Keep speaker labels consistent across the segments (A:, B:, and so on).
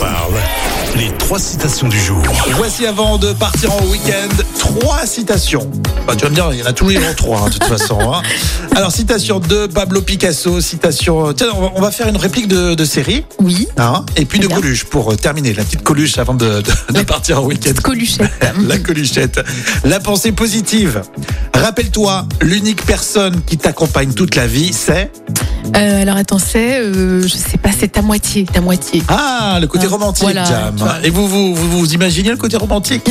A: parle. Les trois citations du jour.
B: Voici avant de partir en week-end, trois citations. Bah, tu vas me dire, il y en a tous les jours trois, hein, de toute façon. hein. Alors, citation de Pablo Picasso, citation. Tiens, on va, on va faire une réplique de, de série.
C: Oui,
B: hein, et puis de
C: Bien.
B: Coluche, pour euh, terminer. La petite Coluche avant de, de- de partir en week-end.
C: petite coluchette.
B: La Coluchette. La pensée positive. Rappelle-toi, l'unique personne qui t'accompagne toute la vie, c'est.
C: Euh, alors attends, c'est, euh, je sais pas, c'est à moitié, ta moitié.
B: Ah, le côté
C: Ah,
B: romantique,
C: voilà,
B: Jam.
C: tu vois.
B: Et vous vous, vous vous imaginez le côté romantique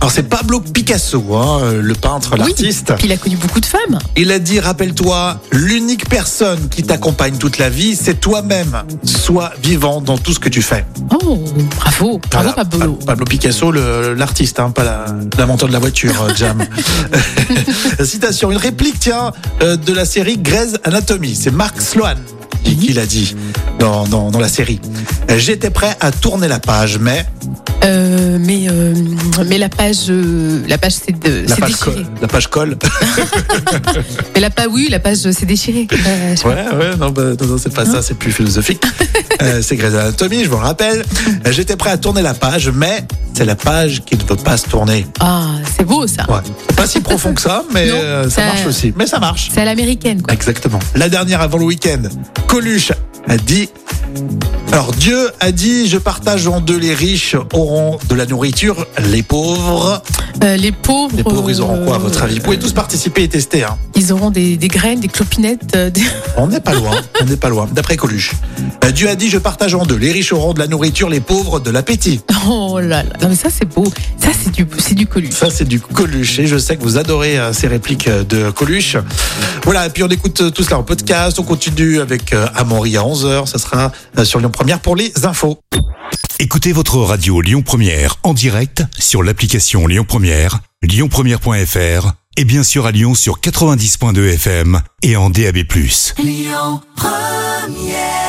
B: Alors c'est Pablo Picasso, hein, euh, le peintre, l'artiste.
C: Oui. Puis il a connu beaucoup de femmes.
B: Il a dit, rappelle-toi, l'unique personne qui t'accompagne toute la vie, c'est toi-même. Sois vivant dans tout ce que tu fais.
C: Oh, bravo, bravo
B: Voilà.
C: Pablo.
B: Pa- Pablo Picasso, le- l'artiste, hein, pas la- l'inventeur de la voiture, euh, Jam. Citation, une réplique, tiens, euh, de la série Grey's Anatomy. C'est Mark Sloan qui, qui l'a dit dans, dans, dans la série. J'étais prêt à tourner la page, mais...
C: Euh, mais euh, mais la page, euh, la page c'est de,
B: La
C: c'est
B: page,
C: déchiré.
B: colle, la page colle.
C: Mais la page, oui, la page euh, c'est déchiré. Euh, je sais
B: Ouais, ouais, non, bah, non, non, c'est
C: Hein
B: pas ça, c'est plus philosophique. Euh, c'est Grey's Anatomy, je vous le rappelle. Euh, J'étais prêt à tourner la page, mais c'est la page qui ne veut pas se tourner.
C: pas. Ah, c'est beau ça.
B: Ouais. C'est Pas si profond que ça, mais
C: Non,
B: euh, ça
C: ça-
B: marche aussi. Mais ça marche.
C: C'est à l'américaine quoi.
B: Exactement. La dernière avant le week-end, Coluche a dit. Alors Dieu a dit, je partage en deux les riches auront de la nourriture, les pauvres,
C: Euh, les pauvres.
B: les pauvres ils auront quoi à
C: euh,
B: votre avis Vous pouvez tous participer et tester. Hein.
C: Ils auront des, des graines, des clopinettes. euh, des-
B: On n'est pas loin, on n'est pas loin. D'après Coluche, Euh, Dieu a dit je partage en deux. Les riches auront de la nourriture, les pauvres de l'appétit.
C: Oh là là, non mais ça c'est beau. Ça c'est du, c'est du coluche.
B: Ça c'est du Coluche et je sais que vous adorez euh, ces répliques euh, de Coluche. Voilà, et puis on écoute euh, tout cela en podcast. On continue avec euh, Amaury à 11h. Ça sera euh, sur Lyon Première pour les infos.
A: Écoutez votre radio Lyon Première en direct sur l'application Lyon Première, lyonpremière.fr et bien sûr à Lyon sur 90.2 FM et en DAB+.
D: Lyon Première